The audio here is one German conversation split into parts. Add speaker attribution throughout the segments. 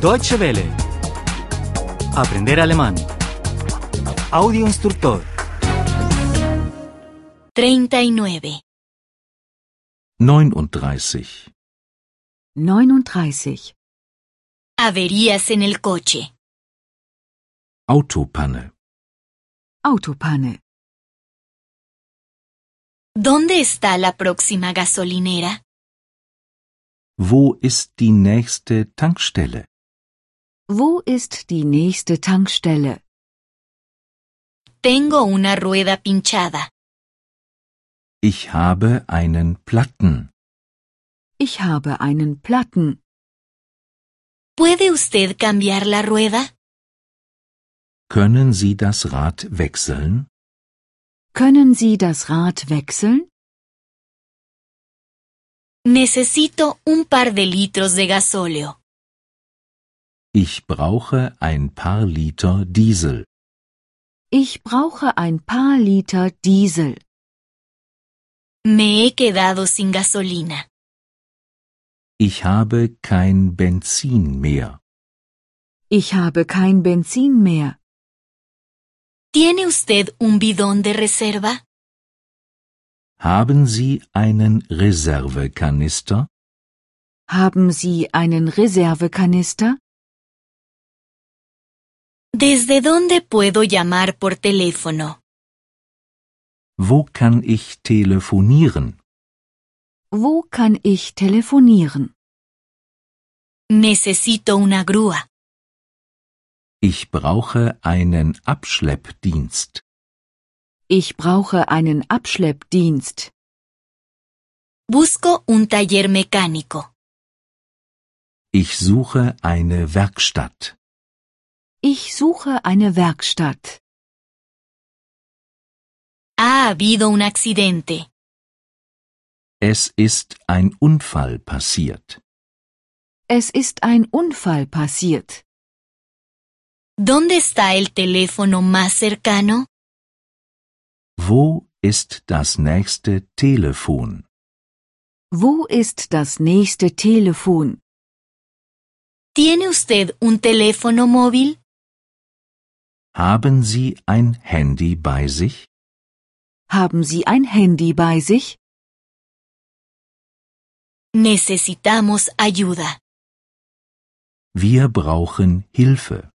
Speaker 1: Deutsche Welle. Aprender alemán. Audio instructor.
Speaker 2: 39.
Speaker 3: 39.
Speaker 4: 39.
Speaker 2: Averías en el coche.
Speaker 3: Autopanne.
Speaker 4: Autopanne.
Speaker 2: ¿Dónde está la próxima gasolinera?
Speaker 3: Wo ist die nächste Tankstelle?
Speaker 4: Wo ist die nächste Tankstelle?
Speaker 2: Tengo una rueda pinchada.
Speaker 3: Ich habe einen Platten.
Speaker 4: Ich habe einen Platten.
Speaker 2: ¿Puede usted cambiar la rueda?
Speaker 3: Können Sie das Rad wechseln?
Speaker 4: Können Sie das Rad wechseln?
Speaker 2: Necesito un par de litros de gasóleo.
Speaker 3: Ich brauche ein paar Liter Diesel.
Speaker 4: Ich brauche ein paar Liter Diesel.
Speaker 2: Me he quedado sin gasolina.
Speaker 3: Ich habe kein Benzin mehr.
Speaker 4: Ich habe kein Benzin mehr.
Speaker 2: ¿Tiene usted un bidón de reserva?
Speaker 3: Haben Sie einen Reservekanister?
Speaker 4: Haben Sie einen Reservekanister?
Speaker 2: ¿Desde dónde puedo llamar por teléfono?
Speaker 3: Wo kann ich telefonieren?
Speaker 4: Wo kann ich telefonieren?
Speaker 2: Necesito una grúa.
Speaker 3: Ich brauche einen Abschleppdienst.
Speaker 4: Ich brauche einen Abschleppdienst.
Speaker 2: Busco un taller mecánico.
Speaker 3: Ich suche eine Werkstatt.
Speaker 4: Ich suche eine Werkstatt.
Speaker 2: Ha habido un accidente.
Speaker 3: Es ist ein Unfall passiert.
Speaker 4: Es ist ein Unfall passiert.
Speaker 2: ¿Dónde está el teléfono más cercano?
Speaker 3: Wo ist das nächste Telefon?
Speaker 4: Wo ist das nächste Telefon?
Speaker 2: ¿Tiene usted un teléfono móvil?
Speaker 3: Haben Sie ein Handy bei sich?
Speaker 4: Haben Sie ein Handy bei sich?
Speaker 2: Necesitamos ayuda.
Speaker 3: Wir brauchen Hilfe.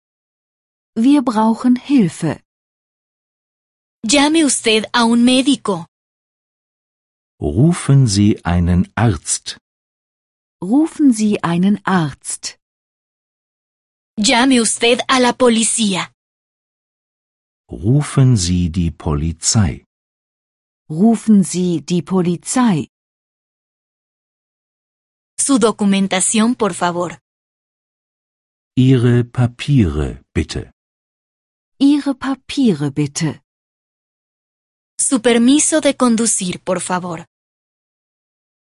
Speaker 4: Wir brauchen Hilfe.
Speaker 2: Llame usted a un médico.
Speaker 3: Rufen Sie einen Arzt.
Speaker 4: Rufen Sie einen Arzt.
Speaker 2: Llame usted a la policía.
Speaker 3: Rufen Sie die Polizei.
Speaker 4: Rufen Sie die Polizei.
Speaker 2: Su documentación, por favor.
Speaker 3: Ihre Papiere bitte.
Speaker 4: Ihre Papiere bitte.
Speaker 2: Su permiso de conducir, por favor.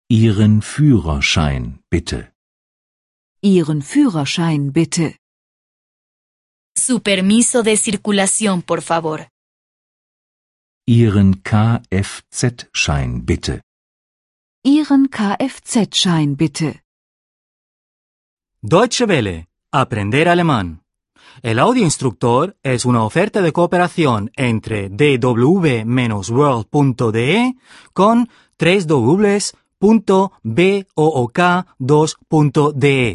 Speaker 3: Ihren Führerschein bitte.
Speaker 4: Ihren Führerschein bitte.
Speaker 2: Su permiso de circulación, por favor.
Speaker 3: Ihren Kfz-Schein bitte.
Speaker 4: Ihren Kfz-Schein bitte.
Speaker 1: Deutsche Welle. Aprender alemán. El audio instructor es una oferta de cooperación entre dw-world.de con 3 2de